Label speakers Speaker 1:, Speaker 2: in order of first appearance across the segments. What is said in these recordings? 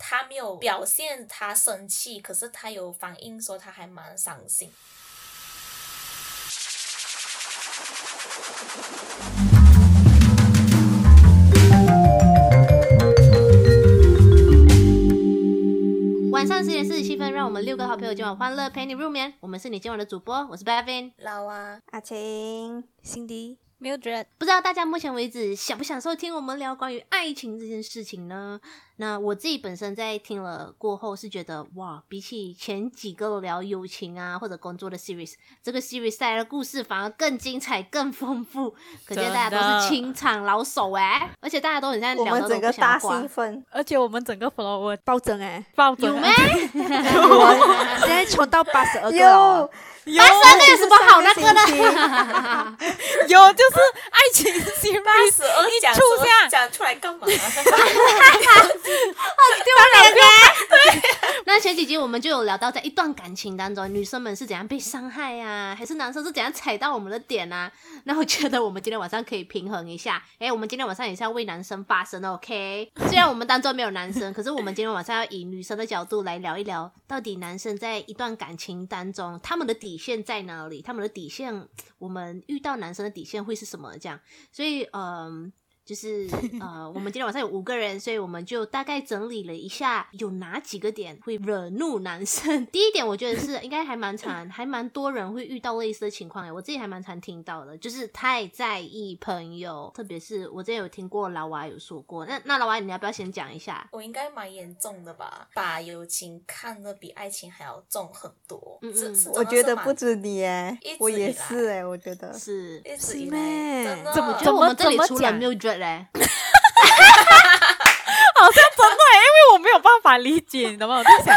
Speaker 1: 他没有表现他生气，可是他有反应说他还蛮伤心。
Speaker 2: 晚上十点四十七分，让我们六个好朋友今晚欢乐陪你入眠。我们是你今晚的主播，我是 Bevin。
Speaker 1: 老啊，
Speaker 3: 阿晴、Cindy、Mildred，
Speaker 2: 不知道大家目前为止享不享受听我们聊关于爱情这件事情呢？那我自己本身在听了过后是觉得，哇，比起前几个聊友情啊或者工作的 series，这个 series 带来的故事反而更精彩、更丰富，可见大家都是情场老手哎、而且大家都很像
Speaker 3: 我
Speaker 2: 聊
Speaker 3: 们
Speaker 2: 的
Speaker 3: 整
Speaker 2: 都
Speaker 3: 个
Speaker 2: 不
Speaker 3: 大
Speaker 2: 想
Speaker 3: 兴
Speaker 2: 挂。
Speaker 3: 奋，
Speaker 4: 而且我们整个 follower
Speaker 3: 暴增哎、
Speaker 4: 暴
Speaker 2: 有
Speaker 4: 增啊
Speaker 2: 咩？
Speaker 3: 我
Speaker 2: 现在
Speaker 3: 冲到八十二
Speaker 4: 个了啊有
Speaker 2: 那个有什么好那个
Speaker 3: 呢？
Speaker 2: 呢？
Speaker 4: 有就是爱情
Speaker 1: 八
Speaker 4: series，
Speaker 1: 十二讲
Speaker 4: 出
Speaker 1: 出
Speaker 4: 下
Speaker 1: 讲出来干嘛？
Speaker 2: 那前几集我们就有聊到，在一段感情当中，女生们是怎样被伤害呀、还是男生是怎样踩到我们的点啊？那我觉得我们今天晚上可以平衡一下， 诶，我们今天晚上也是要为男生发声的，OK？虽然我们当中没有男生，可是我们今天晚上要以女生的角度来聊一聊，到底男生在一段感情当中，他们的底线在哪里？他们的底线，我们遇到男生的底线会是什么？这样，所以，嗯、就是呃，我们今天晚上有五个人，所以我们就大概整理了一下，有哪几个点会惹怒男生。第一点，我觉得是应该还蛮常，还蛮多人会遇到类似的情况诶，我自己还蛮常听到的，就是太在意朋友，特别是我之前有听过老娃有说过，那那老娃你要不要先讲一下？
Speaker 1: 我应该蛮严重的吧，把友情看得比爱情还要重很多。
Speaker 2: 嗯嗯
Speaker 1: 是是
Speaker 3: 我
Speaker 1: 真的
Speaker 3: 觉
Speaker 1: 是
Speaker 3: 得
Speaker 1: 蛮
Speaker 3: 不止你哎、
Speaker 1: 一直
Speaker 3: 我也
Speaker 1: 以来
Speaker 3: 是哎、我觉得
Speaker 2: 是，
Speaker 1: 一直以
Speaker 3: 是
Speaker 1: 来
Speaker 3: 咩
Speaker 1: 真的
Speaker 4: 怎么
Speaker 2: 我觉
Speaker 4: 就
Speaker 2: 得我们这里
Speaker 4: 怎么
Speaker 2: 除了
Speaker 4: 讲
Speaker 2: Mildred 嘞，
Speaker 4: 好像真的欸，因为我没有办法理解，你懂吗？我在想，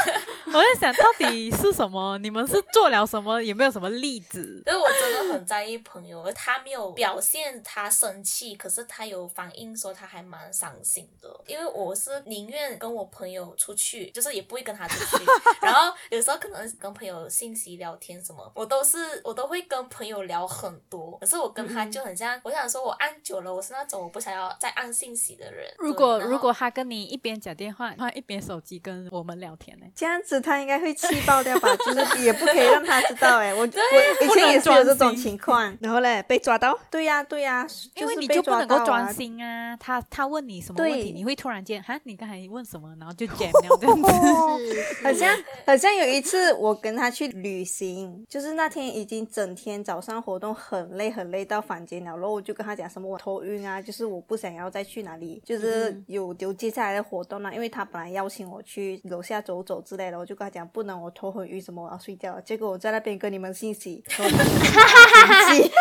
Speaker 4: 我在想到底是什么？你们是做了什么？有没有什么例子？
Speaker 1: 但是我真的很在意朋友，他没有表现他生气，可是他有反应说他还蛮伤心的。因为我是宁愿跟我朋友出去，就是也不会跟他出去。然后有时候可能跟朋友信息聊天什么，我都是我都会跟朋友聊很多。可是我跟
Speaker 4: 嗯
Speaker 1: 他就很像，我想说我按久了，我是那种我不想要再按信息的人。
Speaker 4: 如果
Speaker 1: 对
Speaker 4: 如果他跟你一边讲电话，他一边手机跟我们聊天呢、
Speaker 3: 这样子他应该会气爆掉吧？就是也不可以让他知道哎、我我以
Speaker 4: 不
Speaker 3: 前
Speaker 4: 能
Speaker 3: 也是有这
Speaker 4: 专
Speaker 3: 种
Speaker 4: 心
Speaker 3: 情况，然后嘞被抓到，对呀、对呀、
Speaker 4: 因为
Speaker 3: 是
Speaker 4: 你
Speaker 3: 被
Speaker 4: 就不
Speaker 3: 抓
Speaker 4: 能够
Speaker 3: 到啊
Speaker 4: 专心啊。他他问你什么问
Speaker 3: 对
Speaker 4: 题，你会突然间哈，你刚才问什么，然后就剪掉 这样子。
Speaker 3: 哦
Speaker 2: 是
Speaker 3: 好像好像有一次我跟他去旅行，就是那天已经整天早上活动很累很累到房间了，然后我就跟他讲什么我头晕啊，就是我不想要再去哪里，就是有留接下来的活动啊，因为他本来邀请我去楼下走走之类的，我就跟他讲不能，我头很晕什么我要睡觉了，结果我在那边跟你们信息， 然后我就生气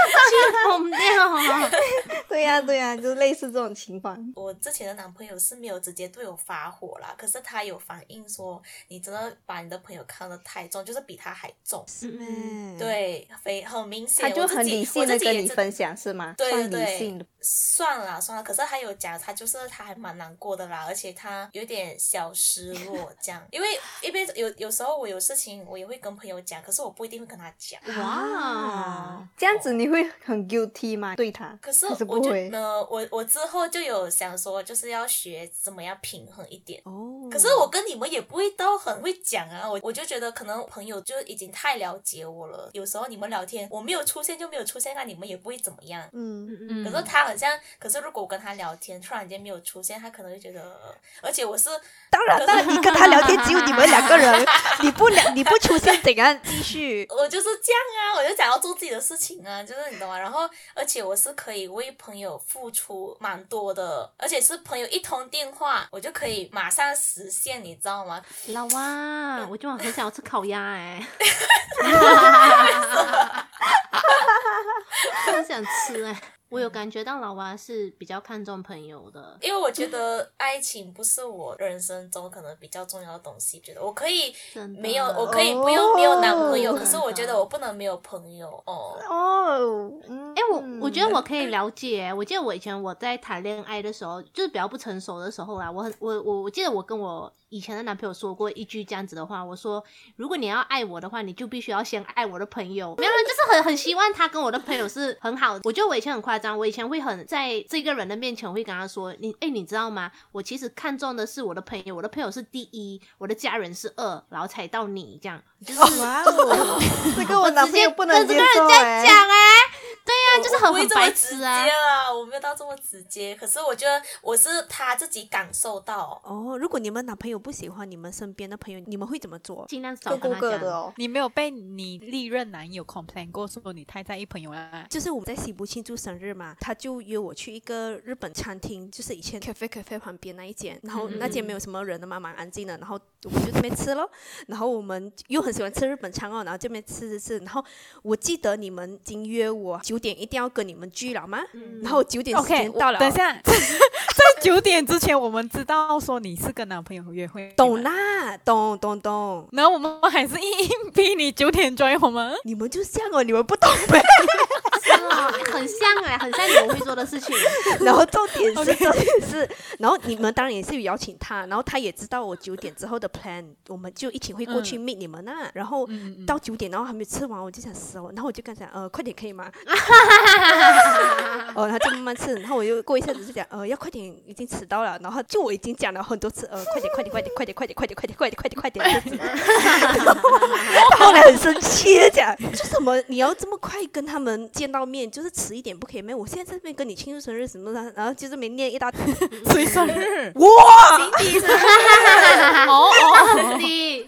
Speaker 2: 疯掉。
Speaker 3: 对呀、对呀、就类似这种情况，
Speaker 1: 我之前的男朋友是没有直接对我发火啦，可是他有反应说，你真的把你的朋友看得太重，就是比他还重。
Speaker 3: 嗯，
Speaker 1: 对，非很明显，
Speaker 3: 他就
Speaker 1: 我自
Speaker 3: 很
Speaker 1: 己
Speaker 3: 理性的跟你。
Speaker 1: 我自己也是
Speaker 3: 分享是吗？
Speaker 1: 对对
Speaker 3: 算
Speaker 1: 对
Speaker 3: 理性的，
Speaker 1: 算了算了，可是他有讲，他就是他还蛮难过的啦，而且他有点小失落这样，因为因为有有时候我有事情，我也会跟朋友讲，可是我不一定会跟他讲。
Speaker 2: 哇，
Speaker 3: 这样子你会很 guilty 吗？对他？
Speaker 1: 可是
Speaker 3: 还是
Speaker 1: 我
Speaker 3: 不
Speaker 1: 就
Speaker 3: 会。
Speaker 1: 呃，我我之后就有想说，就是要学怎么样平衡一点。
Speaker 3: 哦
Speaker 1: 可是我跟你们也不会都很会讲啊，我我就觉得可能朋友就已经太了解我了，有时候你们聊天我没有出现就没有出现，那你们也不会怎么样。
Speaker 3: 嗯，
Speaker 2: 嗯
Speaker 1: 可是他好像，可是如果我跟他聊天，突然间没有出现，他可能会觉得，呃而且我是
Speaker 3: 当然了，你跟他聊天只有你们两个人，你不两你不出现怎样继续？
Speaker 1: 我就是这样啊，我就想要做自己的事情啊，就是你懂吗？然后，而且我是可以为朋友付出蛮多的，而且是朋友一通电话，我就可以马上实现，你知道吗？
Speaker 2: 老哇，我今晚很想要吃烤鸭哎、欸，很想吃哎、我有感觉到老蛙是比较看重朋友的，
Speaker 1: 因为我觉 得爱情不是我人生中可能比较重要的东西，觉得我可以
Speaker 2: 真的啊
Speaker 1: 没有，我可以不用没有男朋友，
Speaker 3: 哦
Speaker 1: 可是我觉得我不能没有朋友哦。
Speaker 3: 哦，嗯
Speaker 2: 哎、我我觉得我可以了解。我记得我以前我在谈恋爱的时候，就是比较不成熟的时候啦。我很我我我记得我跟我以前的男朋友说过一句这样子的话，我说如果你要爱我的话，你就必须要先爱我的朋友。没有人就是很很希望他跟我的朋友是很好的。我觉得我以前很夸张，我以前会很在这个人的面前我会跟他说，你哎你知道吗？我其实看中的是我的朋友，我的朋友是第一，我的家人是二，然后才到你这样。就是
Speaker 3: 哇哦，这个我男
Speaker 2: 直
Speaker 3: 朋
Speaker 2: 接
Speaker 3: 友不能
Speaker 2: 跟这
Speaker 3: 接
Speaker 2: 个人
Speaker 3: 受
Speaker 2: 这样
Speaker 3: 哎、
Speaker 2: 讲哎、对呀、就是
Speaker 1: 我
Speaker 2: 很
Speaker 1: 不会
Speaker 2: 很
Speaker 1: 这么
Speaker 2: 白
Speaker 1: 直
Speaker 2: 痴
Speaker 1: 接
Speaker 2: 啊。
Speaker 1: 啦，我没有到这么直接。可是我觉得我是他自己感受到，
Speaker 5: 哦，如果你们男朋友不喜欢你们身边的朋友，你们会怎么做？
Speaker 2: 尽量少
Speaker 3: 各
Speaker 2: 跟他
Speaker 3: 过各
Speaker 2: 讲。
Speaker 3: 的哦。
Speaker 4: 你没有被你历任男友 complain 过说你太在意朋友啦？
Speaker 5: 就是我们在西部庆祝生日嘛，他就约我去一个日本餐厅，就是以前 cafe cafe 旁边那一间，然后那间没有什么人的嘛，蛮安静的，然后我们就这边吃咯，然后我们又很喜欢吃日本餐哦，然后这边吃吃吃，然后我记得你们已经约我九点一定要跟你们聚了
Speaker 2: 嗯
Speaker 5: 吗？然后九点时
Speaker 4: OK，
Speaker 5: 间到了，哦
Speaker 4: 等一下， 在九点之前，我们知道说你是跟男朋友约会，
Speaker 5: 懂
Speaker 4: 啦。
Speaker 5: 啦，懂懂懂，
Speaker 4: 然后我们还是硬逼你九点追我们。
Speaker 5: 你们就是这样哦，你们不懂呗。
Speaker 2: 啊 很像哎、很像你们会做的事情。
Speaker 5: 然后重点是，重点是， 然后你们当然也是有邀请他，然后他也知道我九点之后的 plan，我们就一起会过去 meet 你们啊。然后
Speaker 4: 嗯
Speaker 5: 到九点，然后还没吃完，我就想死哦，然后我就跟他讲，呃，快点可以吗？哦，然后就慢慢吃，然后我又过一下子就讲，呃，要快点，已经迟到了。然后就我已经讲了很多次，呃，快点，快点，快点，快点，快点，快点，快点，快点，快点，快点，这样子。后来很生气的讲，就什么你要这么快跟他们见到面，就是迟一点不可以吗？我现在在这边跟你庆祝生日什么的，然后就是没念一大堆。
Speaker 4: 谁生 日？
Speaker 2: 哦哦，弟，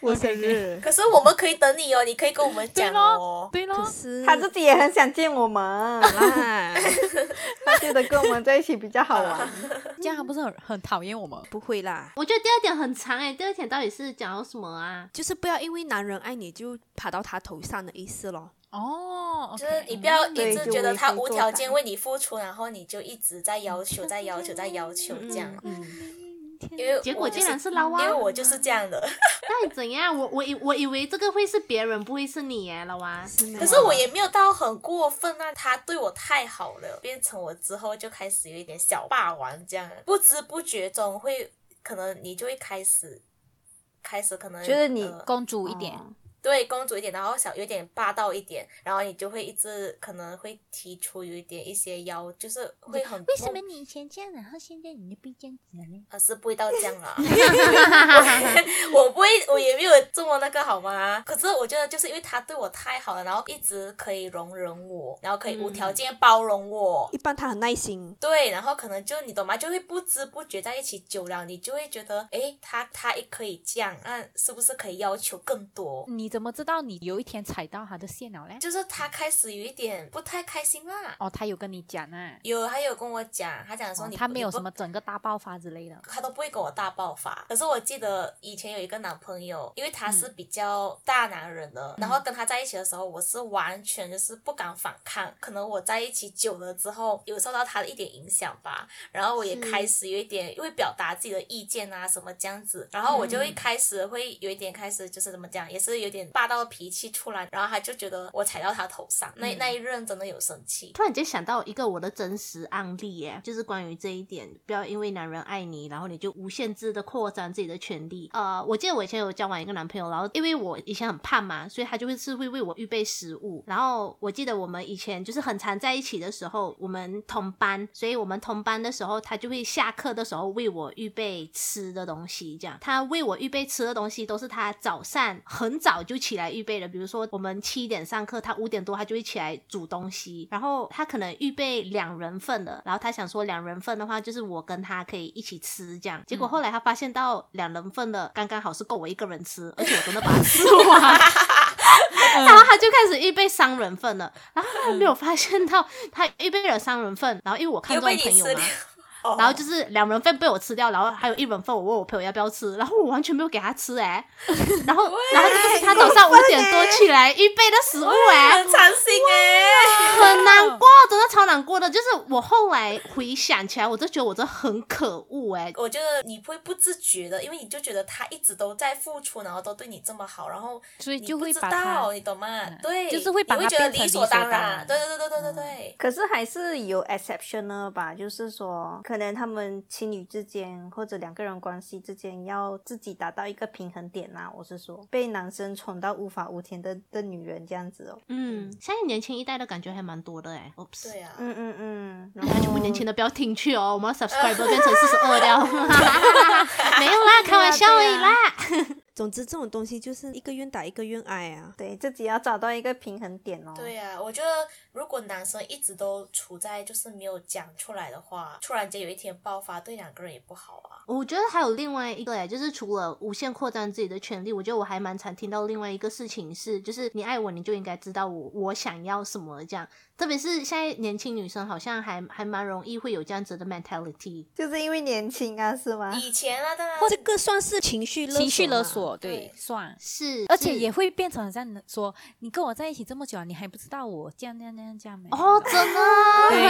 Speaker 5: 我生日。
Speaker 1: 可是我们可以等你哦，你可以跟我们
Speaker 4: 对
Speaker 1: 讲
Speaker 4: 咯
Speaker 1: 哦，。
Speaker 4: 对
Speaker 5: 可
Speaker 4: 咯，
Speaker 5: 是
Speaker 3: 嗯他 自己也很想见我们，
Speaker 5: 啊，
Speaker 3: 他觉得跟我们在一起比较好玩。
Speaker 4: 这样他不是很很讨厌我们？
Speaker 5: 不会啦，
Speaker 2: 我觉得第二点很长哎、第二点到底是讲到什么啊？
Speaker 5: 就是不要因为男人爱你就爬到他头上的意思咯。
Speaker 4: 哦，OK，
Speaker 1: 就是你不
Speaker 2: 嗯
Speaker 1: 要
Speaker 3: 对
Speaker 1: 一直
Speaker 3: 就
Speaker 1: 觉得
Speaker 3: 为
Speaker 1: 他
Speaker 3: 非
Speaker 1: 无
Speaker 3: 作
Speaker 1: 条
Speaker 3: 歹
Speaker 1: 件为你付出，然后你就一直在要求、在要求、在要求这样。
Speaker 5: 嗯，
Speaker 1: 因为
Speaker 2: 结
Speaker 1: 我
Speaker 2: 果
Speaker 1: 就
Speaker 2: 竟
Speaker 1: 是
Speaker 2: 然是捞啊
Speaker 1: 因为我就是这样的。
Speaker 2: 到底怎样？我我以我以为这个会是别人，不会是你哎、老王。
Speaker 5: 吗
Speaker 1: 可是我也没有到很过分啊，他对我太好了，变成我之后就开始有一点小霸王这样，不知不觉中会，可能你就会开始，开始可能
Speaker 3: 觉得你
Speaker 1: 呃
Speaker 6: 公主一点，
Speaker 1: 对公主一点，然后想有点霸道一点，然后你就会一直可能会提出有一点一些要，就是会很
Speaker 6: 为什么你以前这样，然后现在你就变这样子了呢？
Speaker 1: 啊，是不会到这样啦。 我不会，我也没有这么那个好吗？可是我觉得就是因为他对我太好了，然后一直可以容忍我，然后可以无条
Speaker 6: 嗯
Speaker 1: 件包容我。
Speaker 5: 一般他很耐心。
Speaker 1: 对，然后可能就你懂吗？就会不知不觉在一起久了，你就会觉得，诶，他他也可以这样，那是不是可以要求更多？
Speaker 6: 你怎么知道你有一天踩到他的线了嘞？
Speaker 1: 就是他开始有一点不太开心啦。
Speaker 6: 哦，他有跟你讲啊，
Speaker 1: 有，他有跟我讲，他讲说
Speaker 6: 哦
Speaker 1: 你不、
Speaker 6: 他没有
Speaker 1: 你不
Speaker 6: 什么整个大爆发之类的。
Speaker 1: 他都不会跟我大爆发。可是我记得以前有一个男朋友，因为他
Speaker 2: 嗯
Speaker 1: 是比较大男人的，然后跟他在一起的时候，我是完全就是不敢反抗。可能我在一起久了之后，有受到他的一点影响吧，然后我也
Speaker 2: 是
Speaker 1: 开始有一点会表达自己的意见啊什么这样子，然后我
Speaker 2: 嗯
Speaker 1: 就会开始会有一点开始就是怎么讲，也是有点霸道的脾气出来，然后他就觉得我踩到他头上，那
Speaker 2: 嗯
Speaker 1: 那一任真的有生气。
Speaker 2: 突然间想到一个我的真实案例耶，就是关于这一点，不要因为男人爱你，然后你就无限制的扩张自己的权利。呃，我记得我以前有交往一个男朋友，然后因为我以前很胖嘛，所以他就会是会为我预备食物。然后我记得我们以前就是很常在一起的时候，我们同班，所以我们同班的时候，他就会下课的时候为我预备吃的东西，这样他为我预备吃的东西都是他早上很早就起来预备的，比如说我们七点上课，他五点多他就会起来煮东西，然后他可能预备两人份的，然后他想说两人份的话就是我跟他可以一起吃这样，结
Speaker 1: 嗯
Speaker 2: 果后来他发现到两人份的刚刚好是够我一个人吃，而且我真的把它吃 完。然后他就开始预备三人
Speaker 1: 嗯
Speaker 2: 份了，然后他没有发现到他预备了三人份，然后因为我看
Speaker 1: 又
Speaker 2: 中
Speaker 1: 被你
Speaker 2: 朋友
Speaker 1: 吃
Speaker 2: 嘛
Speaker 1: 掉， 哦
Speaker 2: 然后就是两人份被我吃掉，然后还有一人份我问我朋友要不要吃，然后我完全没有给他吃哎、 然后然后这个是他早上五点多起来预备的食物哎、
Speaker 1: 很伤心哎、
Speaker 2: 很难过，真的超难过的。就是我后来回想起来，我就觉得我真的很可恶哎、
Speaker 1: 我觉得你会不自觉的，因为你就觉得他一直都在付出，然后都对你这么好，然后
Speaker 6: 所以
Speaker 1: 你
Speaker 6: 就
Speaker 1: 不
Speaker 6: 会
Speaker 1: 知
Speaker 6: 把它
Speaker 1: 道，你懂吗？
Speaker 6: 嗯
Speaker 1: 对，
Speaker 6: 就是会把
Speaker 1: 你
Speaker 6: 它
Speaker 1: 会觉得
Speaker 6: 变成
Speaker 1: 理
Speaker 6: 理
Speaker 1: 所
Speaker 6: 所
Speaker 1: 当
Speaker 6: 当
Speaker 1: 然。
Speaker 6: 然
Speaker 1: 对对对对对对对。
Speaker 3: 可是还是有 exceptional 吧，就是说，可能他们情侣之间或者两个人关系之间要自己达到一个平衡点啦、啊我是说，被男生宠到无法无天的的女人这样子哦。
Speaker 2: 嗯，现在年轻一代的感觉还蛮多的哎、Oops，
Speaker 1: 对啊，
Speaker 3: 嗯嗯嗯，然
Speaker 2: 大家
Speaker 3: 后
Speaker 2: 全部年轻的不要听去哦， 我们要 subscriber 变成四十二 掉，没有啦，啊开玩笑而已啦。
Speaker 5: 总之，这种东西就是一个愿打一个愿挨啊。
Speaker 3: 对自己要找到一个平衡点哦。
Speaker 1: 对呀、我觉得如果男生一直都嗯啊处在就是没有讲出来的话，突然间有一天爆发，对两个人也不好啊。
Speaker 2: 我觉得还有另外一个哎，就是除了无限扩张自己的权利，我觉得我还蛮常听到另外一个事情是，就是你爱我，你就应该知道我我想要什么这样。特别是现在年轻女生好像还还蛮容易会有这样子的 mentality。
Speaker 3: 就是因为年轻啊，是吗？
Speaker 1: 以前啊，当然
Speaker 5: 这个算是情绪勒索
Speaker 6: 情绪勒
Speaker 5: 嘛，
Speaker 6: 索，对
Speaker 1: 对，
Speaker 6: 算。
Speaker 2: 是，
Speaker 6: 而且
Speaker 2: 是
Speaker 6: 也会变成好像说，你跟我在一起这么久，你还不知道我这样这样这样这样没？
Speaker 2: 哦，真的啊，
Speaker 6: 对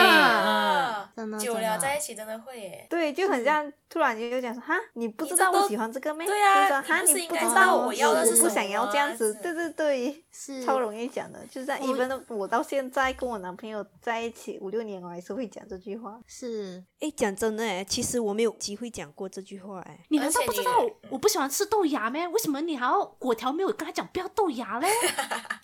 Speaker 1: 啊
Speaker 2: 真的
Speaker 1: 久
Speaker 2: 真
Speaker 1: 了
Speaker 2: 的
Speaker 1: 在一起真的会耶。
Speaker 3: 对，就很像突然间就讲说哈，你不
Speaker 1: 你
Speaker 3: 知
Speaker 1: 这
Speaker 3: 道我
Speaker 1: 都
Speaker 3: 喜欢这个妹，
Speaker 1: 对啊
Speaker 3: 就是说
Speaker 1: 你
Speaker 3: 哈，
Speaker 1: 不是
Speaker 3: 你
Speaker 1: 应
Speaker 3: 不
Speaker 1: 该
Speaker 3: 知
Speaker 2: 知
Speaker 3: 道
Speaker 2: 道
Speaker 3: 我
Speaker 2: 我要的
Speaker 3: 我
Speaker 2: 是
Speaker 3: 不
Speaker 2: 什
Speaker 3: 想要
Speaker 1: 么啊
Speaker 3: 这样子，
Speaker 1: 是
Speaker 3: 对对对，
Speaker 2: 是
Speaker 3: 超容易讲的，就是在
Speaker 2: 我
Speaker 3: even 都我到现在跟我男朋友在一起五六年，我还是会讲这句话。
Speaker 2: 是。
Speaker 5: 哎，讲真的，哎，其实我没有机会讲过这句话，哎，
Speaker 2: 你难道
Speaker 1: 而且
Speaker 2: 不知
Speaker 1: 你
Speaker 2: 道我我不喜欢吃豆芽咩？为什么你还要果条没有跟他讲不要豆芽 嘞？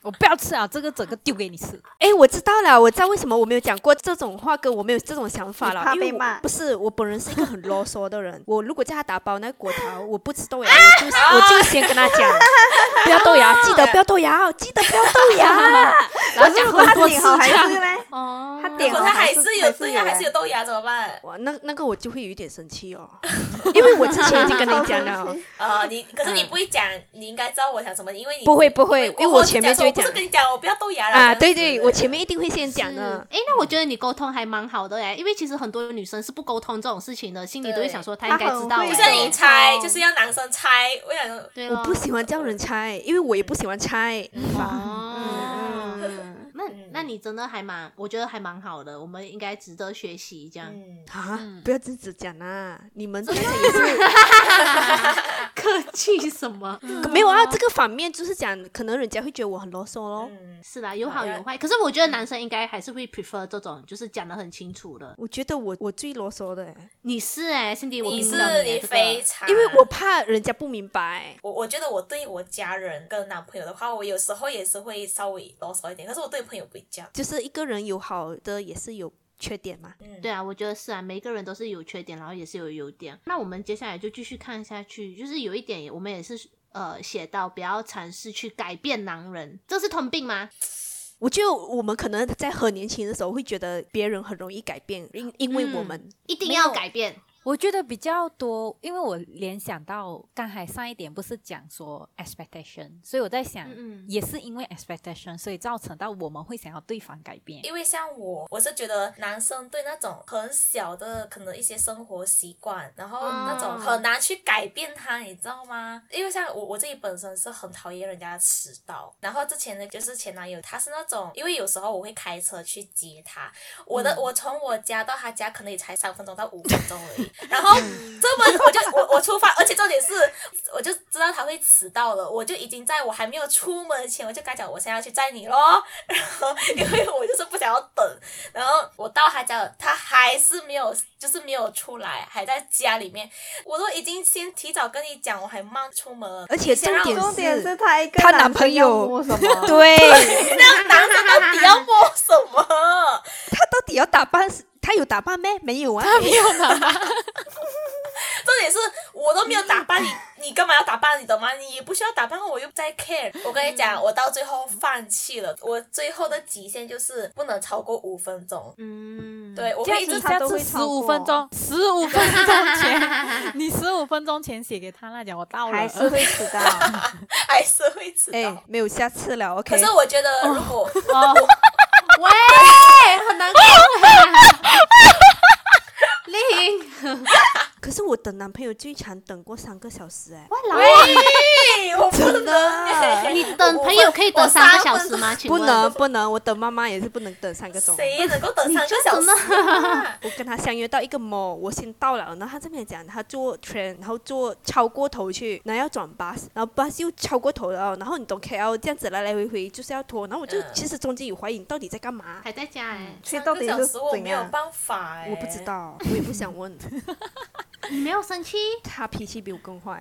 Speaker 6: 我不要吃啊，这个整个丢给你吃。
Speaker 5: 哎，我知道了，我知道为什么我没有讲过这种话，跟我没有这种想法
Speaker 3: 你
Speaker 5: 了，
Speaker 3: 怕
Speaker 5: 因为
Speaker 3: 被
Speaker 5: 我
Speaker 3: 骂
Speaker 5: 不是我本人是一个很啰嗦的 人，我如果叫他打包那个果条，我不吃豆芽，我就我就先跟他讲， 不要豆芽，记得不要豆芽哦，记得不要豆芽。
Speaker 3: 可是如果他点好还是嘞，
Speaker 2: 哦
Speaker 3: 他
Speaker 1: 如
Speaker 3: 点
Speaker 1: 果
Speaker 3: 好
Speaker 1: 他还
Speaker 3: 是
Speaker 1: 是有
Speaker 3: 啊是
Speaker 1: 对啊呀，还是有
Speaker 3: 有
Speaker 1: 豆芽怎么办？
Speaker 5: 哇，那那个我就会有一点生气哦， 因为我之前已经跟你讲 了。
Speaker 1: 啊，你可是你不会讲，你应该知道我想什么，因为你
Speaker 5: 嗯不会不会
Speaker 1: 你
Speaker 5: 因为
Speaker 1: 过后
Speaker 5: 我前面
Speaker 1: 讲说
Speaker 5: 就会
Speaker 1: 我不是
Speaker 5: 讲
Speaker 1: 跟你讲，我不要豆芽了
Speaker 5: 啊，对对，我前面一定会先讲的。
Speaker 2: 哎，诶那我觉得你沟通还蛮好的哎，因为其实很多女生是不沟通这种事情的，心里都会
Speaker 1: 对
Speaker 2: 想说她
Speaker 3: 她
Speaker 2: 应该
Speaker 3: 很
Speaker 2: 知道
Speaker 3: 会
Speaker 2: 哎。
Speaker 1: 就
Speaker 3: 沟
Speaker 1: 像
Speaker 3: 通
Speaker 1: 你猜，就是要男生猜，我想说
Speaker 2: 对咯，
Speaker 5: 我不喜欢叫人拆，
Speaker 1: 嗯
Speaker 5: 因为我也不喜欢拆。
Speaker 2: 哦。
Speaker 3: 嗯
Speaker 2: 那
Speaker 1: 嗯
Speaker 2: 那你真的还蛮，我觉得还蛮好的，我们应该值得学习这样。
Speaker 1: 嗯，
Speaker 5: 啊
Speaker 6: 嗯，
Speaker 5: 不要这样子讲啦！你们这样讲也是
Speaker 2: 客气什么？
Speaker 5: 没有啊。这个反面就是讲，可能人家会觉得我很啰嗦咯。
Speaker 1: 嗯
Speaker 2: 是啦，有好
Speaker 1: 对
Speaker 2: 有坏。可是我觉得男生应该还是会 prefer 这种，就是讲的很清楚的。
Speaker 5: 我觉得我我最啰嗦的欸，
Speaker 1: 啊
Speaker 2: 你是哎、辛迪，我
Speaker 1: 你
Speaker 2: 评
Speaker 1: 是
Speaker 2: 不了你欸
Speaker 1: 你
Speaker 2: 这个
Speaker 1: 非常，
Speaker 5: 因为我怕人家不明白。
Speaker 1: 我我觉得我对我家人跟男朋友的话，我有时候也是会稍微啰嗦一点，但是我对朋友不会这样。
Speaker 5: 就是一个人有好的，也是有缺点嘛。
Speaker 1: 嗯，
Speaker 2: 对啊，我觉得是啊，每个人都是有缺点，然后也是有优点。那我们接下来就继续看下去，就是有一点我们也是呃写到不要尝试去改变男人，这是通病吗？
Speaker 5: 我觉得我们可能在很年轻的时候会觉得别人很容易改变，因因为我
Speaker 2: 嗯
Speaker 5: 们
Speaker 2: 一定
Speaker 6: 没
Speaker 2: 要
Speaker 6: 有
Speaker 2: 改变。
Speaker 6: 我觉得比较多，因为我联想到刚才上一点不是讲说 expectation，所以我在想，
Speaker 2: 嗯嗯
Speaker 6: 也是因为 expectation，所以造成到我们会想要对方改变。
Speaker 1: 因为像我，我是觉得男生对那种很小的可能一些生活习惯，然后
Speaker 2: 嗯
Speaker 1: 那种很难去改变它，你知道吗？因为像我我自己本身是很讨厌人家迟到，然后之前的就是前男友，他是那种，因为有时候我会开车去接他，我的、我从我家到他家可能也才三分钟到五分钟而已，然后这么我就我我出发，而且重点是我就知道他会迟到了，我就已经在我还没有出门前，我就跟他讲我现在要去载你咯。然后 因为我就是不想要等，然后我到他家了，他还是没有，就是没有出来，还在家里面，我都已经先提早跟你讲，我还慢出门了，
Speaker 5: 而且
Speaker 1: 你先让
Speaker 5: 重点
Speaker 1: 我
Speaker 3: 重点是她一个
Speaker 5: 她男
Speaker 3: 男生
Speaker 5: 朋
Speaker 3: 要
Speaker 5: 友
Speaker 3: 摸什么？
Speaker 5: 对
Speaker 1: 那男生到底要摸什么？
Speaker 5: 他到底要打扮是，他有打扮咩？没有啊，没有。
Speaker 1: 重点是我都没有打扮你，你干嘛要打扮你的吗？你也不需要打扮我，又不在 care。我跟你讲，我到最后放弃了，我最后的极限就是不能超过五分钟。
Speaker 2: 嗯，
Speaker 1: 对，我
Speaker 6: 这样
Speaker 1: 会一
Speaker 6: 子
Speaker 1: 直
Speaker 3: 他
Speaker 6: 下
Speaker 3: 都
Speaker 6: 次
Speaker 3: 会
Speaker 6: 十
Speaker 3: 超
Speaker 6: 五
Speaker 3: 过
Speaker 6: 分 钟，十五分钟前， 你十五分钟前写给他那讲，我
Speaker 5: 啊
Speaker 6: 到了。哦
Speaker 3: 还是会迟到，
Speaker 1: 啊还是会迟到。
Speaker 5: 哎、没有下次了，OK。
Speaker 1: 可是我觉得，如果、
Speaker 6: 哦，
Speaker 2: 喂，很难过啊，令。
Speaker 5: 是我等男朋友最长等过三个小时哎、
Speaker 2: 哇，老王，
Speaker 1: 哎我不
Speaker 5: 真的
Speaker 2: 你等朋友可以等三个小时吗？请
Speaker 5: 不
Speaker 2: 问
Speaker 5: 能不能，我等妈妈也是不能等三个钟。
Speaker 1: 谁能够等三个小时啊？
Speaker 5: 我跟他相约到一个 mall，我先到了，然后他这边讲他坐 train，然后坐超过头去，然后要转 bus，然后 bus 又超过头了，然后你懂 KL 这样子来来回回就是要拖，然后我就、
Speaker 1: 嗯
Speaker 5: 其实中间有怀疑你到底在干嘛，
Speaker 2: 还在家哎、
Speaker 3: 这
Speaker 1: 三
Speaker 3: 到
Speaker 1: 个
Speaker 3: 底
Speaker 1: 小
Speaker 3: 是
Speaker 1: 时我
Speaker 3: 怎
Speaker 1: 没有
Speaker 3: 样？
Speaker 1: 办法哎，
Speaker 5: 我不知。道，我也不想问，
Speaker 2: 你没有生气？
Speaker 5: 他脾气比我更坏。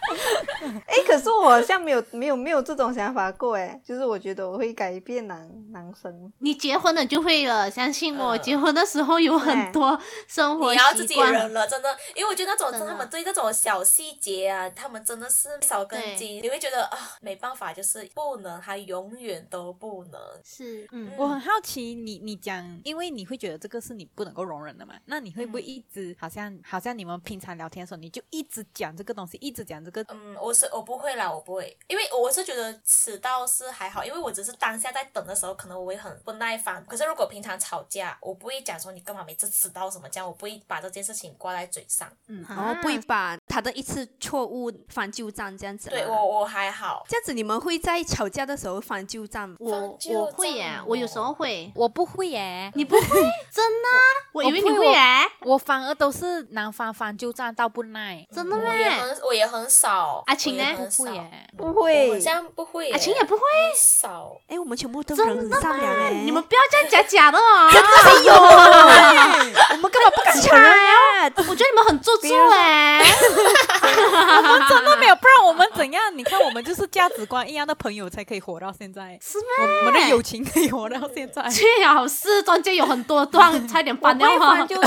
Speaker 3: 哎，可是我好像没有没有没有这种想法过哎，就是我觉得我会改变男男生，
Speaker 2: 你结婚了就会了，相信我，
Speaker 1: 嗯
Speaker 2: 结婚的时候有很多生活
Speaker 1: 你
Speaker 2: 习
Speaker 1: 要
Speaker 2: 惯。
Speaker 1: 自己忍了，真的，因为我觉得那种
Speaker 2: 真
Speaker 1: 真
Speaker 2: 的
Speaker 1: 的他们对这种小细节啊，他们真的是少根筋，你会觉得啊，没办法，就是不能，他永远都不能。
Speaker 2: 是，嗯，
Speaker 1: 嗯
Speaker 4: 我很好奇你，你讲，因为你会觉得这个是你不能够容忍的嘛？那你会不
Speaker 6: 嗯
Speaker 4: 会一直好像好像你们平常聊天的时候，你就一直讲这个东西，一直讲这个？
Speaker 1: 嗯，我是我不会啦，我不会，因为我是觉得迟到是还好，因为我只是当下在等的时候，可能我会很不耐烦。可是如果平常吵架，我不会讲说你干嘛每次迟到什么这样，我不会把这件事情挂在嘴上。
Speaker 5: 然
Speaker 2: 啊
Speaker 5: 后不会把他的一次错误翻旧账这样子啦。
Speaker 1: 对我我还好，
Speaker 5: 这样子，你们会在吵架的时候翻旧账吗？
Speaker 2: 我
Speaker 1: 就
Speaker 2: 我会
Speaker 1: 这
Speaker 2: 耶、
Speaker 1: 样
Speaker 2: 我有时候会，
Speaker 6: 我不会耶，
Speaker 2: 你不会真的啊？我以为
Speaker 6: 我
Speaker 2: 你
Speaker 6: 不会
Speaker 2: 会耶、
Speaker 6: 我反而都是男方翻旧账到不耐，
Speaker 2: 真的
Speaker 1: 我也
Speaker 2: 咩？
Speaker 1: 很我也很少。
Speaker 2: 阿晴呢
Speaker 1: 我也
Speaker 6: 不
Speaker 1: 很少
Speaker 6: 会耶。
Speaker 3: 不
Speaker 1: 我
Speaker 3: 会
Speaker 1: 这。样不会耶，
Speaker 2: 阿晴啊也不会，
Speaker 1: 很少。
Speaker 5: 哎，我们全部都
Speaker 2: 真
Speaker 5: 人很善良哎，
Speaker 2: 你们不要这样假假的 哦。
Speaker 5: 哎呦，我们根本不敢承认啊！
Speaker 2: 我觉得你们很做作哎、
Speaker 4: 我们真的没有，不然我们怎样？你看，我们就是价值观一样的朋友才可以活到 现在，
Speaker 2: 是
Speaker 4: 我
Speaker 2: 吗？
Speaker 4: 们的友情可以活到现在。
Speaker 2: 最好是中间有很多段，差点翻掉啊。 ，
Speaker 5: 就因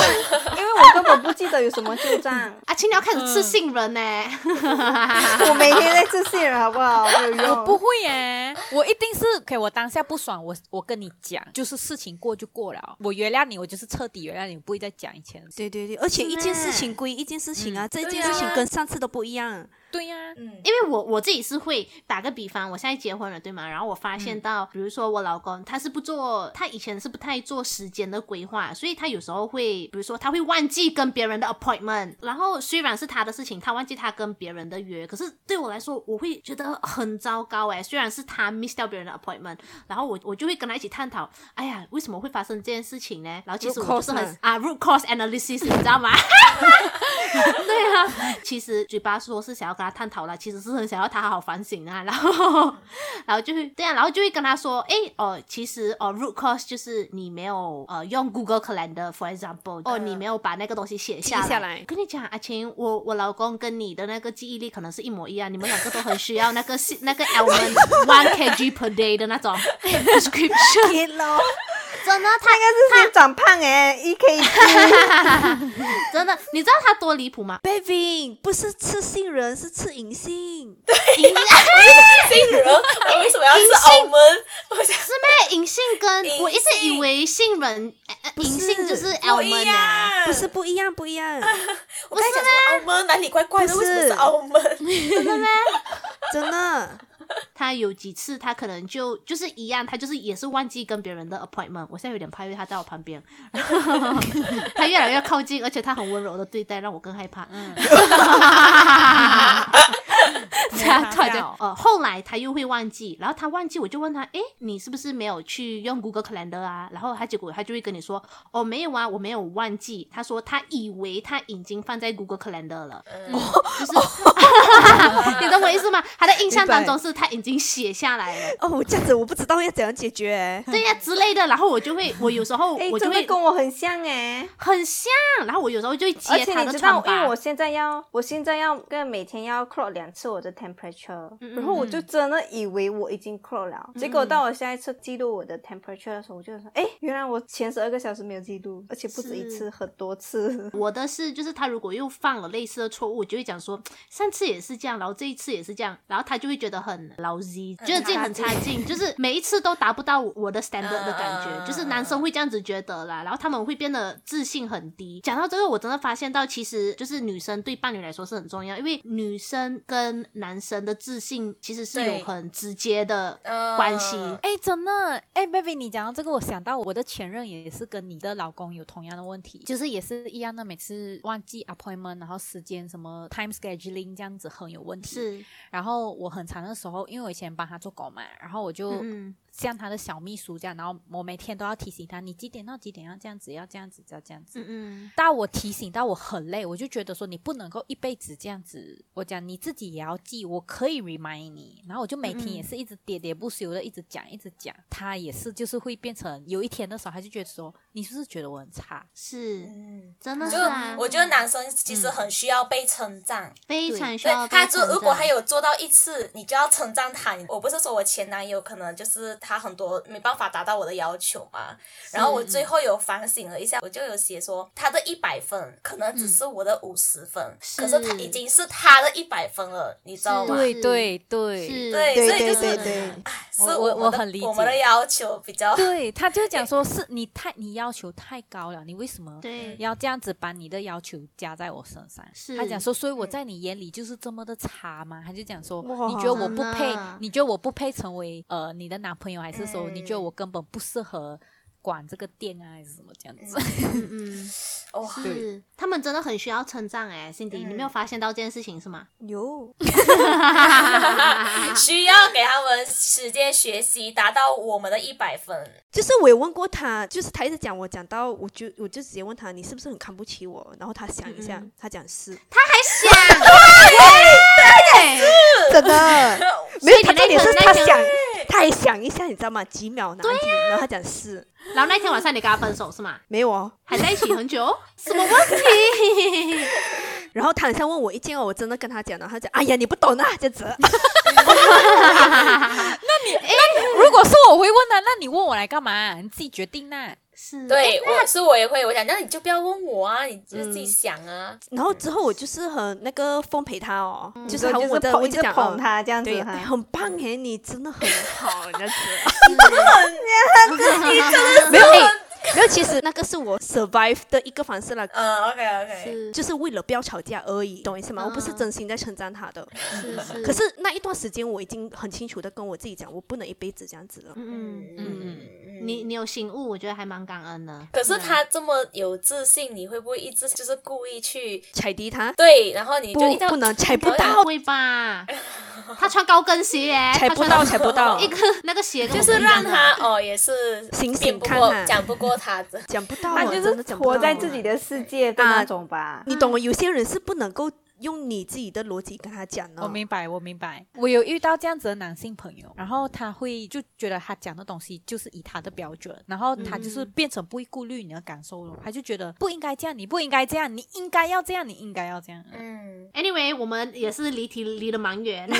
Speaker 3: 因为我根本不记得有什么旧账
Speaker 2: 阿啊青，你要开始吃杏仁呢、
Speaker 3: 我每天在自信人，好不好？没有
Speaker 2: 哦
Speaker 3: 用。
Speaker 6: 不会耶，我一定是给我当下不爽，我我跟你讲，就是事情过就过了，我原谅你，我就是彻底原谅你，不会再讲以前的事。
Speaker 5: 对对对，而且一件事情归一件事情啊，这件事情跟上次都不一样。
Speaker 6: 对 呀、
Speaker 1: 嗯，
Speaker 2: 因为我我自己是会打个比方，我现在结婚了，对吗？然后我发现到，比如说我老公他是不做，他以前是不太做时间的规划，所以他有时候会，比如说他会忘记跟别人的 appointment，然后虽然是他的事情，他忘记他跟别人的约，可是对我来说，我会觉得很糟糕哎、虽然是他 miss 掉别人的 appointment，然后我我就会跟他一起探讨，哎呀，为什么会发生这件事情呢？然后其实
Speaker 5: Root
Speaker 2: 我就是
Speaker 5: cause
Speaker 2: 很
Speaker 5: 啊
Speaker 2: 啊 root cause analysis，你知道吗？ 对啊，其实嘴巴说是想要跟他探讨啦，其实是很想要他好好反省啊，然后，然后就会对啊，然后就会跟他说，哎，哦，其实哦，root cause 就是你没有呃用 Google Calendar，for example，哦，你没有把那个东西写下来。
Speaker 5: 嗯记下来
Speaker 2: 跟你讲，阿晴，我我老公跟你的那个记忆力可能是一模一样，你们两个都很需要那个是 那个 element one kg per day 的那 种 prescription，
Speaker 3: 天咯，
Speaker 2: 真的，他
Speaker 3: 他应该是先长胖哎，一 K
Speaker 2: 真的，你知道他多离谱吗？
Speaker 5: Bavin 不是吃杏仁，是吃银杏。
Speaker 1: 这个人我为什么要吃澳门？我想
Speaker 2: 是咩？银杏跟
Speaker 1: 银杏
Speaker 2: 我一直以为杏仁，呃呃银杏就是 L
Speaker 1: 不
Speaker 2: n
Speaker 1: 一
Speaker 2: 啊。
Speaker 1: 样，
Speaker 5: 不是不一样，不一样，
Speaker 1: 哎 我刚才讲说澳门哪里怪怪的，
Speaker 3: 不
Speaker 1: 为
Speaker 3: 是
Speaker 1: 什么是澳门？
Speaker 5: 真的。
Speaker 2: 他有几次他可能就就是一样，他就是也是忘记跟别人的 appointment。我现在有点怕，因为他在我旁边， 他越来越靠近，而且他很温柔的对待，让我更害怕。
Speaker 3: 哎
Speaker 2: 他突然间，
Speaker 3: 哦
Speaker 2: 呃，后来他又会忘记，然后他忘记，我就问他，诶，你是不是没有去用 Google Calendar 啊？然后他结果他就会跟你说，哦，没有啊，我没有忘记。他说他以为他已经放在 Google Calendar 了，嗯 就是你懂我意思吗？他的印象当中是他已经写下来了。
Speaker 5: 哦，这样子我不知道要怎样解决哎。
Speaker 2: 对呀、之类的，然后我就会，我有时候
Speaker 3: 哎，
Speaker 2: 我就
Speaker 3: 真的
Speaker 2: 会
Speaker 3: 跟我很像哎。
Speaker 2: 很像，然后我有时候就会
Speaker 3: 而
Speaker 2: 接
Speaker 3: 且
Speaker 2: 他
Speaker 3: 你
Speaker 2: 的
Speaker 3: 知
Speaker 2: 穿
Speaker 3: 道，因
Speaker 2: 法
Speaker 3: 为我。现在要，我现在要跟每天要 clock 两次我的 temperature，、然后
Speaker 2: 嗯
Speaker 3: 我就真的以为我已经 clock 了，结果到我下一次记录我的 temperature 的时候，我就说，哎，原来我前十二个小时没有记录，而且不止一
Speaker 2: 是
Speaker 3: 次，很多次。
Speaker 2: 我的是，就是他如果又犯了类似的错误，我就会讲说上次也是这样，然后这一次也是这样，然后他就会觉得很老 Z，觉得
Speaker 1: 嗯
Speaker 2: 自己很差劲，就是每一次都达不到我的 standard 的感觉，就是男
Speaker 1: 嗯
Speaker 2: 生会这样子觉得啦，然后他们会变得自信很低。讲到这个，我真的发现到，其实就是女生对伴侣来说是很重要，因为女生跟跟男生的自信其实是有
Speaker 1: 对
Speaker 2: 很直接的
Speaker 1: 嗯
Speaker 2: 关系。
Speaker 4: 哎，真的，哎，baby，你讲到这个，我想到我的前任也是跟你的老公有同样的问题，就是也是一样的，每次忘记 appointment，然后时间什么 time scheduling 这样子很有问题。，
Speaker 2: 是，
Speaker 4: 然后我很长的时候，因为我以前帮他做狗嘛，然后我就
Speaker 2: 嗯，
Speaker 4: 像他的小秘书这样，然后我每天都要提醒他，你几点到几点要这样子，要这样子，要这样子。
Speaker 2: 嗯嗯，
Speaker 4: 到我提醒到我很累，我就觉得说你不能够一辈子这样子。我讲你自己也要记，我可以 remind 你。然后我就每天也是一直喋喋不休的一直讲一直讲，他也是就是会变成有一天的时候，他就觉得说你是不是觉得我很差？
Speaker 2: 是，
Speaker 1: 嗯，
Speaker 2: 真的是
Speaker 1: 就
Speaker 2: 啊，
Speaker 1: 我觉得男生其
Speaker 2: 嗯
Speaker 1: 实很需要被称赞，
Speaker 2: 非常需
Speaker 1: 对
Speaker 2: 要，被
Speaker 1: 他就
Speaker 2: 称
Speaker 1: 如果
Speaker 2: 赞
Speaker 1: 他有做到一次，你就要称赞他。我不是说我前男友可能就是他很多没办法达到我的要求嘛，然后我
Speaker 4: 嗯
Speaker 1: 最后有反省了一下，我就有写说他的一百分可能
Speaker 4: 嗯
Speaker 1: 只是我的五十分，可是他
Speaker 2: 是
Speaker 1: 已经是他的一百分了，你知道吗？
Speaker 2: 对对
Speaker 4: 对
Speaker 2: 是，
Speaker 1: 对
Speaker 3: 对
Speaker 1: 所以
Speaker 3: 对
Speaker 1: 就是
Speaker 3: 对对，
Speaker 1: 是
Speaker 4: 我
Speaker 1: 我
Speaker 4: 我
Speaker 1: 们的
Speaker 4: 我很理解
Speaker 1: 我们的要求比 较
Speaker 4: 对，他就讲说是你太你要求太高了，你为什么
Speaker 2: 对
Speaker 4: 要这样子把你的要求加在我身上？
Speaker 2: 是
Speaker 4: 他讲说，所以我在你眼里就是这么的差吗？他就讲说，
Speaker 3: 哇
Speaker 4: 你觉得我
Speaker 2: 真
Speaker 4: 不配
Speaker 2: 的，啊
Speaker 4: 你觉得我不配成为呃你的男朋友，还是说
Speaker 1: 嗯
Speaker 4: 你觉得我根本不适合管这个店啊，还是什么这样子？
Speaker 2: 嗯嗯，
Speaker 1: 哇，
Speaker 2: 是，他们真的很需要称赞哎，Cindy，你没有发现到这件事情是吗？
Speaker 5: 有，
Speaker 1: 需要给他们时间学习，达到我们的一百分。
Speaker 5: 就是我有问过他，就是他一直讲我讲到，我就我就直接问他，你是不是很看不起我？然后他想一下，他讲是， 真的没有。
Speaker 2: 所以你
Speaker 5: 他重点
Speaker 2: 那
Speaker 5: 是
Speaker 2: 天
Speaker 5: 他
Speaker 2: 那天
Speaker 5: 想，他还想一下，你知道吗？几秒拿题，然后他讲是，
Speaker 2: 然后那天晚上你跟他分手是吗？
Speaker 5: 没有哦。
Speaker 2: 还在一起很久？什么问题？
Speaker 5: 然后他很像问我意见哦，我真的跟他讲，然后他讲，哎呀，你不懂啊，这样子。
Speaker 4: 如果是我会问他，那你问我来干嘛？你自己决定呐、
Speaker 2: 是，
Speaker 4: 哎
Speaker 1: 对，我是我也会，我想那你就不要问我啊，你就
Speaker 4: 嗯
Speaker 1: 自己想啊。
Speaker 5: 然后之后我就是很那个奉陪他哦，就是
Speaker 3: 所以
Speaker 5: 他
Speaker 3: 就
Speaker 5: 问
Speaker 3: 是
Speaker 5: 我这，
Speaker 3: 捧
Speaker 5: 我
Speaker 3: 一
Speaker 5: 就
Speaker 3: 直
Speaker 5: 讲
Speaker 3: 捧
Speaker 5: 哦
Speaker 3: 他这样子
Speaker 5: 对，
Speaker 3: 哈
Speaker 5: 哎很棒哎，你真的很好，这样子。 没有，哎没有，其实那个是我 survive 的一个方式啦，
Speaker 1: 嗯，OK OK，
Speaker 2: 是
Speaker 5: 就是为了不要吵架而已，懂我意思吗？
Speaker 2: 嗯
Speaker 5: 我不是真心在称赞他的，
Speaker 2: 是是，
Speaker 5: 可是那一段时间我已经很清楚的跟我自己讲，我不能一辈子这样子了。
Speaker 2: 嗯，嗯，
Speaker 1: 嗯
Speaker 2: 你你有醒悟，我觉得还蛮感恩的。
Speaker 1: 可是他这么有自信，你会不会一直就是故意去
Speaker 5: 踩低他，
Speaker 1: 对，然后你就
Speaker 5: 不
Speaker 1: 一定要
Speaker 5: 不能踩不
Speaker 1: 好
Speaker 5: 到
Speaker 2: 不，会吧？他穿高跟鞋耶，
Speaker 5: 踩
Speaker 2: 他
Speaker 5: 不
Speaker 2: 穿
Speaker 5: 到，踩不到
Speaker 2: 一，个那个鞋跟
Speaker 1: 就
Speaker 2: 我
Speaker 1: 是
Speaker 2: 不一样
Speaker 1: 让
Speaker 2: 的
Speaker 1: 他哦，也是
Speaker 5: 醒
Speaker 1: 辩
Speaker 5: 醒
Speaker 1: 不
Speaker 5: 看
Speaker 1: 过
Speaker 5: 啊
Speaker 1: 讲不过他 的。
Speaker 5: 讲不到
Speaker 3: 他
Speaker 5: 啊，
Speaker 3: 就
Speaker 5: 真的
Speaker 3: 是
Speaker 5: 讲不到
Speaker 3: 活
Speaker 5: 啊。
Speaker 3: 在自己的世界的那种 吧。
Speaker 5: 你懂吗？有些人是不能够用你自己的逻辑跟他讲哦的。
Speaker 4: 我明白，我明白。嗯我有遇到这样子的男性朋友，然后他会就觉得他讲的东西就是以他的标准，然后他就是变成不会顾虑你的感受了，他就觉得不应该这样，你不应该这样，你应该要这样，你应该要这样。
Speaker 1: 嗯，
Speaker 2: Anyway，我们也是离题离得蛮 远。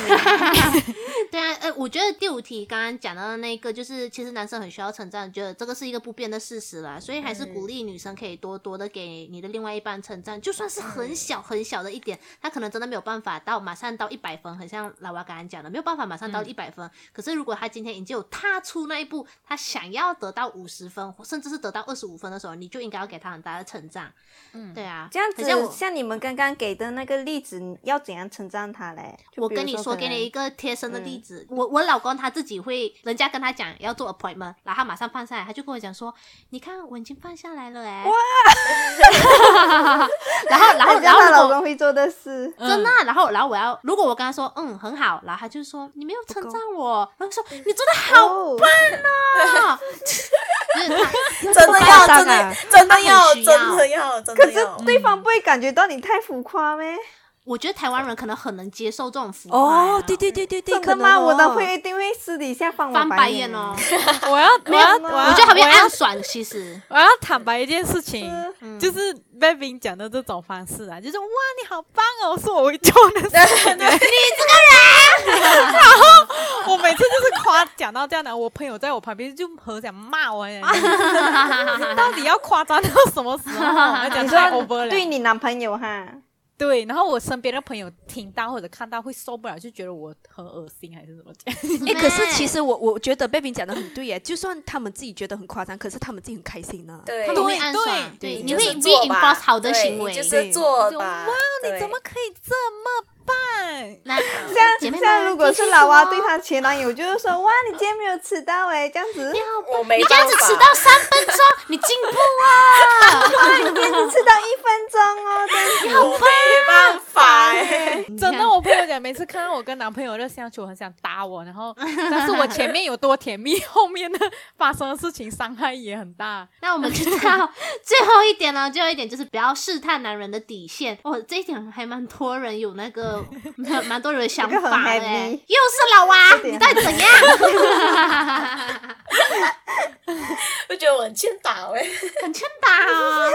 Speaker 2: 对啊，呃，我觉得第五题刚刚讲到的那个，就是其实男生很需要成长，觉得这个是一个不变的事实啦，所以还是鼓励女生可以多多的给你的另外一半称赞，就算是很小
Speaker 3: 嗯
Speaker 2: 很小的一点，他可能真的没有办法到马上到一百分，很像老娃刚刚讲的，没有办法马上
Speaker 3: 嗯
Speaker 2: 到一百分。可是如果他今天已经有踏出那一步，他想要得到五十分，甚至是得到二十五分的时候，你就应该要给他很大的成长。嗯，对啊，
Speaker 3: 这样
Speaker 2: 很像
Speaker 3: 子，
Speaker 2: 我
Speaker 3: 像你们刚刚给的那个例子，你要怎样称赞他嘞？就
Speaker 2: 我
Speaker 3: 比如
Speaker 2: 跟你说，
Speaker 3: 可
Speaker 2: 给
Speaker 3: 能
Speaker 2: 你一个贴身的例子，我我老公他自己会，人家跟他讲要做 appointment，然后他马上放下来，他就跟我讲说，你看我已经放下来了哎、 然后然后
Speaker 3: 人家
Speaker 2: 然后
Speaker 3: 她
Speaker 2: 如
Speaker 3: 老
Speaker 2: 果
Speaker 3: 公会做的事，
Speaker 2: 真
Speaker 4: 嗯
Speaker 2: 的啊、然后然后我要如果我跟他说嗯很好，然后他就说你没有称赞我，然后说你做的好
Speaker 3: 哦，
Speaker 2: 棒，就是他
Speaker 1: 真的要，真的真的
Speaker 2: 他
Speaker 1: 要，
Speaker 2: 很需要
Speaker 1: 真的要，真
Speaker 3: 可
Speaker 1: 的
Speaker 3: 是
Speaker 1: 要。
Speaker 3: 对方不会感觉到你太浮夸咩？
Speaker 2: 我觉得台湾人可能很能接受这种浮夸、
Speaker 5: 哦，对对，对对对，
Speaker 3: 真
Speaker 5: 可
Speaker 3: 的
Speaker 5: 能
Speaker 3: 吗？
Speaker 5: 哦
Speaker 3: 我男朋友一定会私底下翻
Speaker 2: 翻
Speaker 3: 我
Speaker 2: 白眼
Speaker 3: 眼
Speaker 2: 哦，，
Speaker 7: 我要我要我要
Speaker 2: 我觉得他会
Speaker 7: 我要
Speaker 2: 暗爽，其实
Speaker 7: 我要坦白一件事情，
Speaker 3: 嗯
Speaker 7: 就是 Baby 讲的这种方式啊，就是哇你好棒哦，是我会做的事 情。你这个人，然后我每次就是夸讲到这样的，我朋友在我旁边就很想骂 我哎，
Speaker 4: 哎
Speaker 7: 到底要夸张到什么时候？我讲
Speaker 3: 你
Speaker 7: 太
Speaker 3: 说
Speaker 7: over 了。
Speaker 3: 对你男朋友哈，
Speaker 7: 对，然后我身边的朋友听到或者看到会受不了，就觉得我很恶心还是怎么 讲？
Speaker 5: 哎，可是其实我我觉得贝饼讲的很对耶，就算他们自己觉得很夸张，可是他们自己很开心啊呢。
Speaker 1: 对，
Speaker 2: 他们会暗
Speaker 7: 对
Speaker 2: 爽，
Speaker 5: 对
Speaker 2: 你
Speaker 1: 就
Speaker 2: 会
Speaker 1: 是做吧
Speaker 2: reinforce 好的
Speaker 1: 对
Speaker 2: 行为，
Speaker 1: 你就是做吧。
Speaker 7: 哇，你
Speaker 1: 对
Speaker 7: 怎么可以这么棒？
Speaker 2: 那
Speaker 3: 像
Speaker 2: 姐妹
Speaker 3: 像
Speaker 2: 们
Speaker 3: 如果
Speaker 2: 继续
Speaker 3: 是老蛙
Speaker 2: 说
Speaker 3: 对她前男友，就是说哇，你今天没有迟到哎，这样子，
Speaker 1: 我没
Speaker 2: 你这样子迟到啊三分钟，你进步啊！
Speaker 3: 哇，你今天只迟到一分钟哦， 这样子。
Speaker 1: 我没办法哎、
Speaker 2: 你
Speaker 4: 真
Speaker 2: 看
Speaker 4: 的，我朋友讲，每次看到我跟男朋友的相处，很想打我，然 后但是我前面有多甜蜜，后面的发生的事情伤害也很大。
Speaker 2: 那我们知 道最后一点呢，最后一点就是不要试探男人的底线。哦，这一点还蛮多人有那 个蛮蛮多人的想
Speaker 3: 这个很
Speaker 2: 法的欸。
Speaker 3: heavy
Speaker 2: 又是老娃，
Speaker 3: 点
Speaker 2: 你到底怎样？
Speaker 1: 我觉得我很欠打哎、
Speaker 2: 很欠打 哦，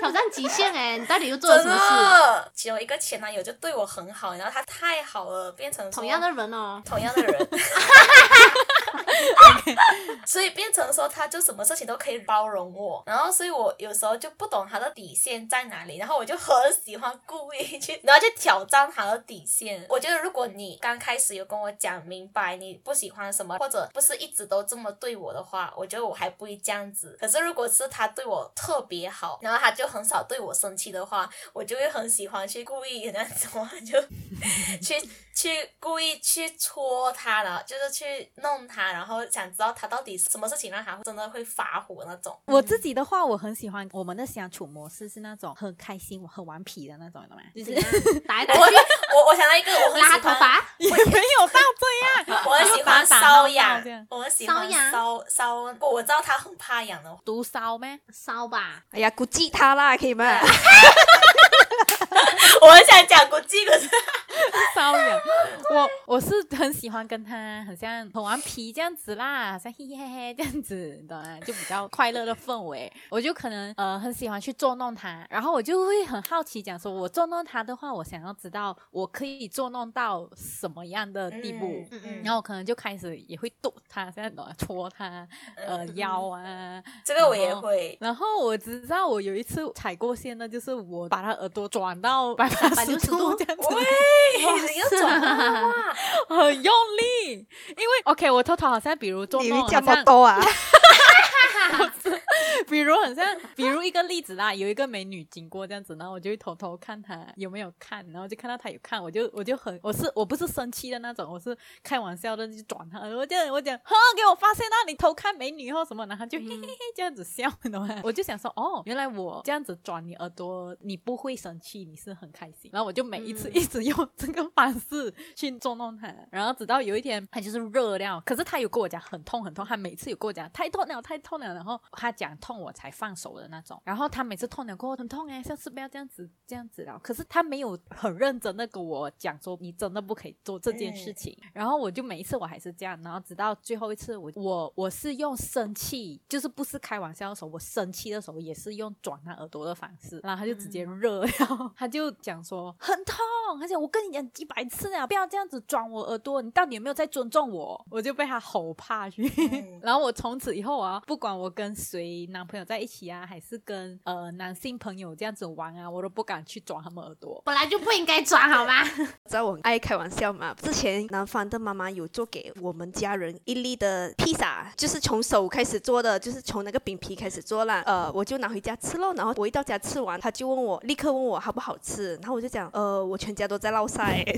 Speaker 2: 挑战极限哎、你到底又做了
Speaker 1: 真
Speaker 2: 什么事？
Speaker 1: 的。其中一个前男友就对我很好，然后他太好了，变成说
Speaker 2: 同样的人哦，
Speaker 1: 同样的人， 所以变成说他就什么事情都可以包容我，然后所以我有时候就不懂他的底线在哪里，然后我就很喜欢故意去，然后去挑战他的底线。我觉得如果你刚开始有跟我讲明白你不喜欢什么，或者不是一直都这么对我的话，我觉得我还不会这样子。可是如果是他对我特别好，然后他就很少对我生气的话，我就会很喜欢去故意那种就去去故意去戳他了，就是去弄他，然后想知道他到底什么事情让他真的会发火那 种。
Speaker 4: 嗯
Speaker 6: 我自己的话，我很喜欢我们的相处模式是那种很开心、很顽皮的那种，你懂吗？就是
Speaker 2: 打一打
Speaker 1: 我我我想到一个，我很喜
Speaker 2: 拉
Speaker 1: 欢
Speaker 2: 头发，
Speaker 4: 也没有到这 样，
Speaker 1: 我很喜欢
Speaker 4: 打打闹
Speaker 1: 瘙
Speaker 4: 闹
Speaker 1: 痒
Speaker 4: 这样，
Speaker 1: 我很喜
Speaker 2: 瘙
Speaker 1: 欢
Speaker 2: 痒
Speaker 1: 瘙瘙，我我知道他很怕痒的，
Speaker 4: 毒骚咩？
Speaker 2: 烧吧。
Speaker 5: 哎呀，估计他啦，可以吗？
Speaker 4: 啊
Speaker 1: 我很想讲国际，可是
Speaker 4: 骚扰我，我是很喜欢跟他，很像很顽皮这样子啦，好像嘿嘿嘿这样子，你懂吗？就比较快乐的氛围。 我就可能呃很喜欢去捉弄他，然后我就会很好奇，讲说我捉弄他的话，我想要知道我可以捉弄到什么样的地步。
Speaker 1: 嗯
Speaker 4: 然后我可能就开始也会逗他，现在懂吗？戳他，呃腰啊，
Speaker 1: 这个我也会。
Speaker 4: 然后我只知道我有一次踩过线呢，就是我把他耳朵转到百八十
Speaker 2: 180
Speaker 4: 度
Speaker 2: 度
Speaker 4: 这样子，
Speaker 1: 喂，你要转了哇！
Speaker 4: 很用力。因为 OK，我偷偷好像比如做
Speaker 5: 你
Speaker 4: 梦，好
Speaker 5: 这么
Speaker 4: 像
Speaker 5: 多啊？
Speaker 4: 比如很像，比如一个例子啦，有一个美女经过这样子，然后我就会偷偷看她有没有看，然后就看到她有看，我就我就很我是我不是生气的那种，我是开玩笑的就转她，我讲我讲，哈，给我发现到你偷看美女或哦什么，然后她就嘿嘿嘿这样子笑，你懂嗯 吗？我就想说，哦，原来我这样子转你耳朵，你不会生气，你是很开心。然后我就每一次一直用这个方式去捉弄她，然后直到有一天她就是热掉，可是她有跟我讲很痛很痛，她每次有跟我讲太痛了太痛了，然后她讲痛我才放手的那种。然后她每次痛了过后很痛哎、下次不要这样子这样子了。可是她没有很认真的跟我讲说你真的不可以做这件事情。然后我就每一次我还是这样，然后直到最后一次我我我是用生气，就是不是开玩笑的时候，我生气的时候也是用转她耳朵的方式，然后她就直接热了，她就讲说很痛，而且我跟你讲几百次了，不要这样子转我耳朵，你到底有没有在尊重我？我就被她吼怕去。
Speaker 1: 嗯
Speaker 4: 然后我从此以后啊，不管我跟谁男朋友在一起啊，还是跟呃男性朋友这样子玩啊，我都不敢去抓他们耳朵。
Speaker 2: 本来就不应该抓，好吗？
Speaker 5: 知道我很爱开玩笑嘛。之前男方的妈妈有做给我们家人一粒的披萨，就是从手开始做的，就是从那个饼皮开始做啦。呃，我就拿回家吃咯。然后我一到家吃完，他就问我，立刻问我好不好吃。然后我就讲，呃，我全家都在落晒。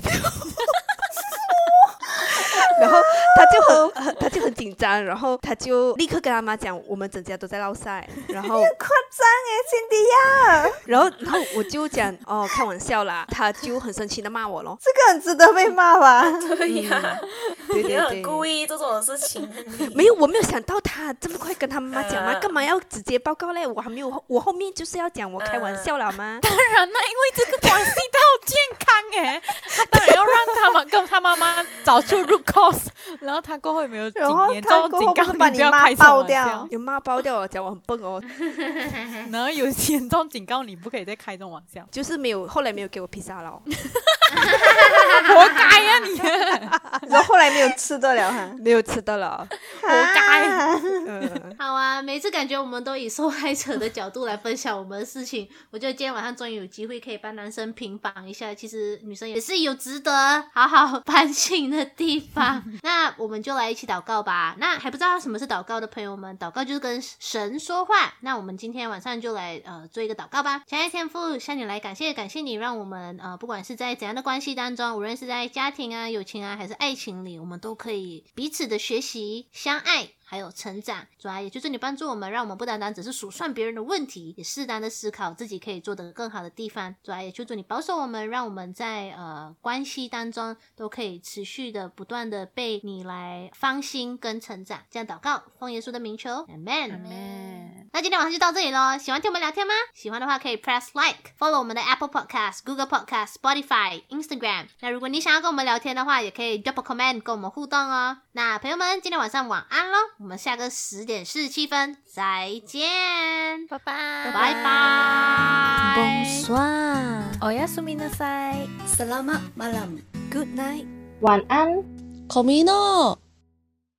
Speaker 5: 然后他就很很他就很紧张，然后他就立刻跟他妈讲，我们整家都在落晒。然
Speaker 3: 夸
Speaker 5: 后
Speaker 3: 张哎，辛迪亚，
Speaker 5: 然后然后我就讲哦开玩笑啦，他就很生气的骂我咯。
Speaker 3: 这个很值得被骂吧？
Speaker 1: 对呀，你
Speaker 5: 对对
Speaker 1: 嗯很
Speaker 5: 对。
Speaker 1: 故意做这种事情，你
Speaker 5: 没有，我没有想到他这么快跟他妈妈讲嘛，
Speaker 1: 呃
Speaker 5: 干嘛要直接报告嘞？我还没有，我后面就是要讲我开玩笑了 吗？
Speaker 4: 当然啦，因为这个关系到健康哎、他当然要让他们跟他妈妈找出 root cause，然后他过后有没有几
Speaker 3: 然后
Speaker 4: 年之
Speaker 3: 他
Speaker 4: 后
Speaker 3: 过
Speaker 4: 警
Speaker 3: 后
Speaker 4: 告
Speaker 3: 不是把你
Speaker 4: 你不要
Speaker 3: 妈
Speaker 4: 开什
Speaker 3: 爆
Speaker 4: 么
Speaker 3: 掉
Speaker 4: 笑，，
Speaker 5: 有骂爆掉了，讲我很笨哦，，
Speaker 4: 然后有严重警 告你不可以再开这种玩笑
Speaker 5: 就是没有，后来没有给我披萨了。
Speaker 4: 活该样呀你？
Speaker 3: 然后后来没有吃得了哈，
Speaker 5: 没有吃到了，
Speaker 3: 活该。
Speaker 5: 嗯，
Speaker 2: 好啊，每次感觉我们都以受害者的角度来分享我们的事情，我觉得今天晚上终于有机会可以帮男生平反一下，其实女生也是有值得好好反省的地方。 那我们就来一起祷告吧。那还不知道什么是祷告的朋友们，祷告就是跟神说话。那我们今天晚上就来呃做一个祷告吧。亲爱的天父，向你来感谢，感谢你让我们呃不管是在怎样的关系当中，无论是在家庭啊、友情啊，还是爱情里，我们都可以彼此的学习、相爱，还有成长。主啊，也就是你帮助我们，让我们不单单只是数算别人的问题，也适当的思考自己可以做得更好的地方。主啊，也求主你保守我们，让我们在呃关系当中都可以持续的不断的被你来芳心跟成长。这样祷告，奉耶稣的名求，Amen。那今天晚上就到这里喽。喜欢听我们聊天吗？喜欢的话可以 press like follow 我们的 Apple Podcast、Google Podcast、Spotify、Instagram。那如果你想要跟我们聊天的话，也可以 drop a comment 跟我们互动哦。那朋友们，今天晚上晚安喽，我们下个十点四十七分再见，
Speaker 1: 拜拜
Speaker 2: 拜拜。
Speaker 6: 算，哦呀，苏米纳塞。
Speaker 8: Selamat malam.
Speaker 5: Good night。
Speaker 8: Komino.